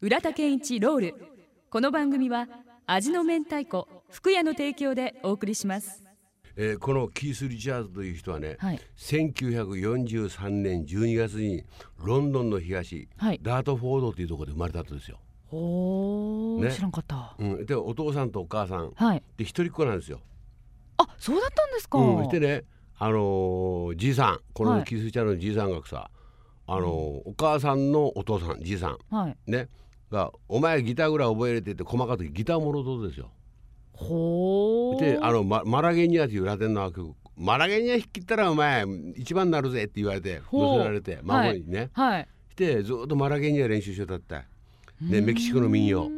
浦田健一ロールこの番組は味の明太子福屋の提供でお送りしますえーこのキース・リチャーズという人はね、はい1943年12月にロンドンの東、はいダートフォードというところで生まれたんですよ、おー、ね知らんかったうん、でお父さんとお母さんはいで一人っ子なんですよ、あそうだったんですか、うん、そしてねあのーじいさんこはいのキース・リチャーズのじいさんがさ、あのーお母さんのお父さんじいさんはいねが「お前ギターぐらい覚えれて」って細かくギターもろうとるですよ。ほーであの、まマラゲニアというラテンの曲「マラゲニア弾きったらお前一番になるぜ」って言われてほう乗せられて孫にね、はいしてずっとマラゲニア練習してたってでメキシコの民謡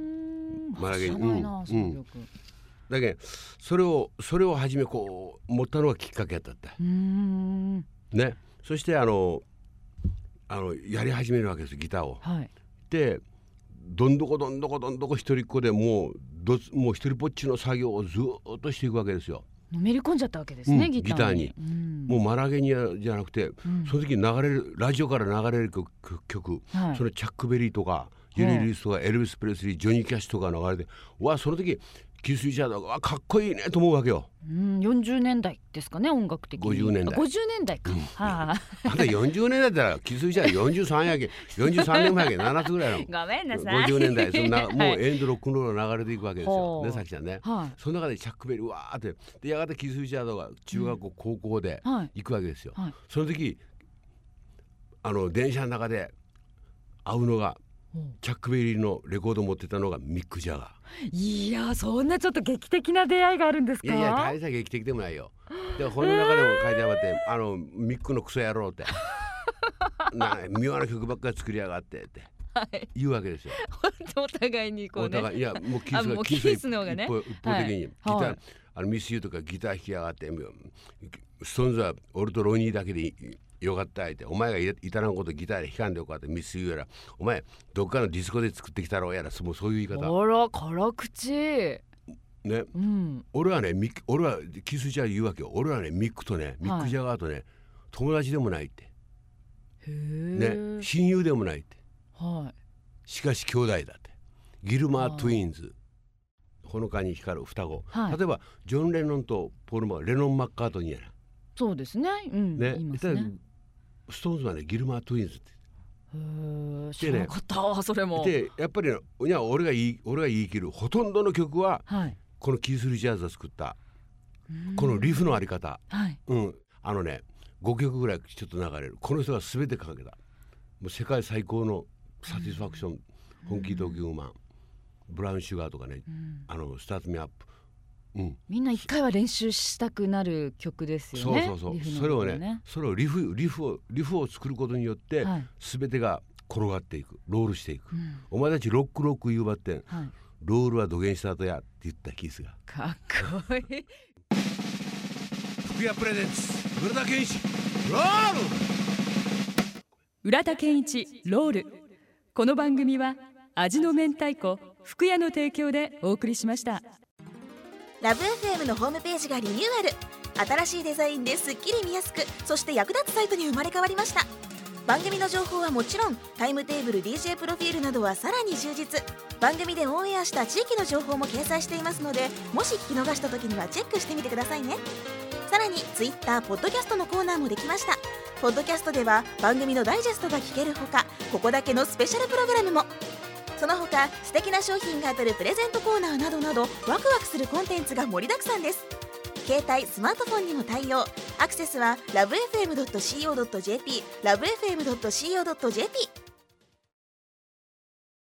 ママララゲゲンンないな、うんその曲だけどそれをそれを初めこう持ったのがきっかけやったってうーんねそしてあのあのやり始めるわけですギターを。はいでどんどこどんどこどんどこ一人っ子でもうどつもう一人ぼっちの作業をずーっとしていくわけですよ。のめり込んじゃったわけですね、うんギターにギうんもうマラゲニアじゃなくてうんその時流れるラジオから流れる曲曲はいそれチャック・ベリーとかユリ・リースとかエルヴィス・プレスリージョニー・キャッシュとか流れてうわその時キス・リチャードがうわかっこいいねと思うわけよ。うん、40年代ですかね音楽的に50年代あ50年代か、はあ、あんた40年代だったらキス・リチャード43やけ43年前やけ7つぐらいの ごめんなさい50年代そんなもうはいエンドロックンロールの流れていくわけですよほうねさきちゃんね。 はその中でチャック・ベリーうわーってでやがてキス・リチャードが中学校、高校でいはい行くわけですよ。はいその時あの電車の中で会うのがうんチャック・ベリーのレコード持ってたのがミック・ジャガー。いやーそんなちょっと劇的な出会いがあるんですいかやいや大した劇的でもないよ。で本の中でも書いてあって、あのミックのクソ野郎って な妙な曲ばっかり作りやがってってはい言うわけですよ。 お互いにこうおね互いいやもうキーあスもがうキースの方がね一方一方的に、ギター、はいあのミスユーとかギター弾きやがってストーンズは俺とロニーだけでいよかったってお前がいたらんことギターで弾かんでよかってミスユーやらお前どっかのディスコで作ってきたろうやらもうそういう言い方あら辛口ねうん俺はねミック俺はキースジャー言うわけよ俺はねミックとねミック・ジャガーとね、友達でもないって、へえ、ね、親友でもないってはしかし兄弟だってギルマー・トゥインズほのかに光る双子、はい例えばジョン・レノンとポール・マーレノン・マッカートニーやいそうですねうんな、言いまただすねストーンズはねギルマー・トゥインズってへえ知らなかったわそれもでやっぱりねいや俺が言い俺が言い切るほとんどの曲ははいこのキース・リチャーズが作ったこのリフのあり方、はいうん、あのね5曲ぐらいちょっと流れるこの人が全てかけたもう世界最高のサティスファクション、ホンキー・ドッキング・マンブラウン・シュガーとかね、あのスタート・ミーアップ、うん、みんな一回は練習したくなる曲ですよそうねそうそう、リフのそれを部ね分それをリフリフをリフを作ることによって、はい全てが転がっていくロールしていく、うんお前たちロックロック言うばってんはいロールは土下した後やって言ったキースがかっこいい福屋プレゼンツ村田健一ロール浦田健一ロールこの番組は味の明太子福屋の提供でお送りしましたラブ f m のホームページがリニューアル新しいデザインですっきり見やすくそして役立つサイトに生まれ変わりました番組の情報はもちろんタイムテーブル DJ プロフィールなどはさらに充実番組でオンエアした地域の情報も掲載していますのでもし聞き逃した時にはチェックしてみてくださいねさらに Twitter ポッドキャストのコーナーもできましたポッドキャストでは番組のダイジェストが聞けるほかここだけのスペシャルプログラムもその他素敵な商品が当たるプレゼントコーナーなどなどワクワクするコンテンツが盛りだくさんです携帯スマートフォンにも対応アクセスはラブ FM.co.jp ラブ FM.co.jp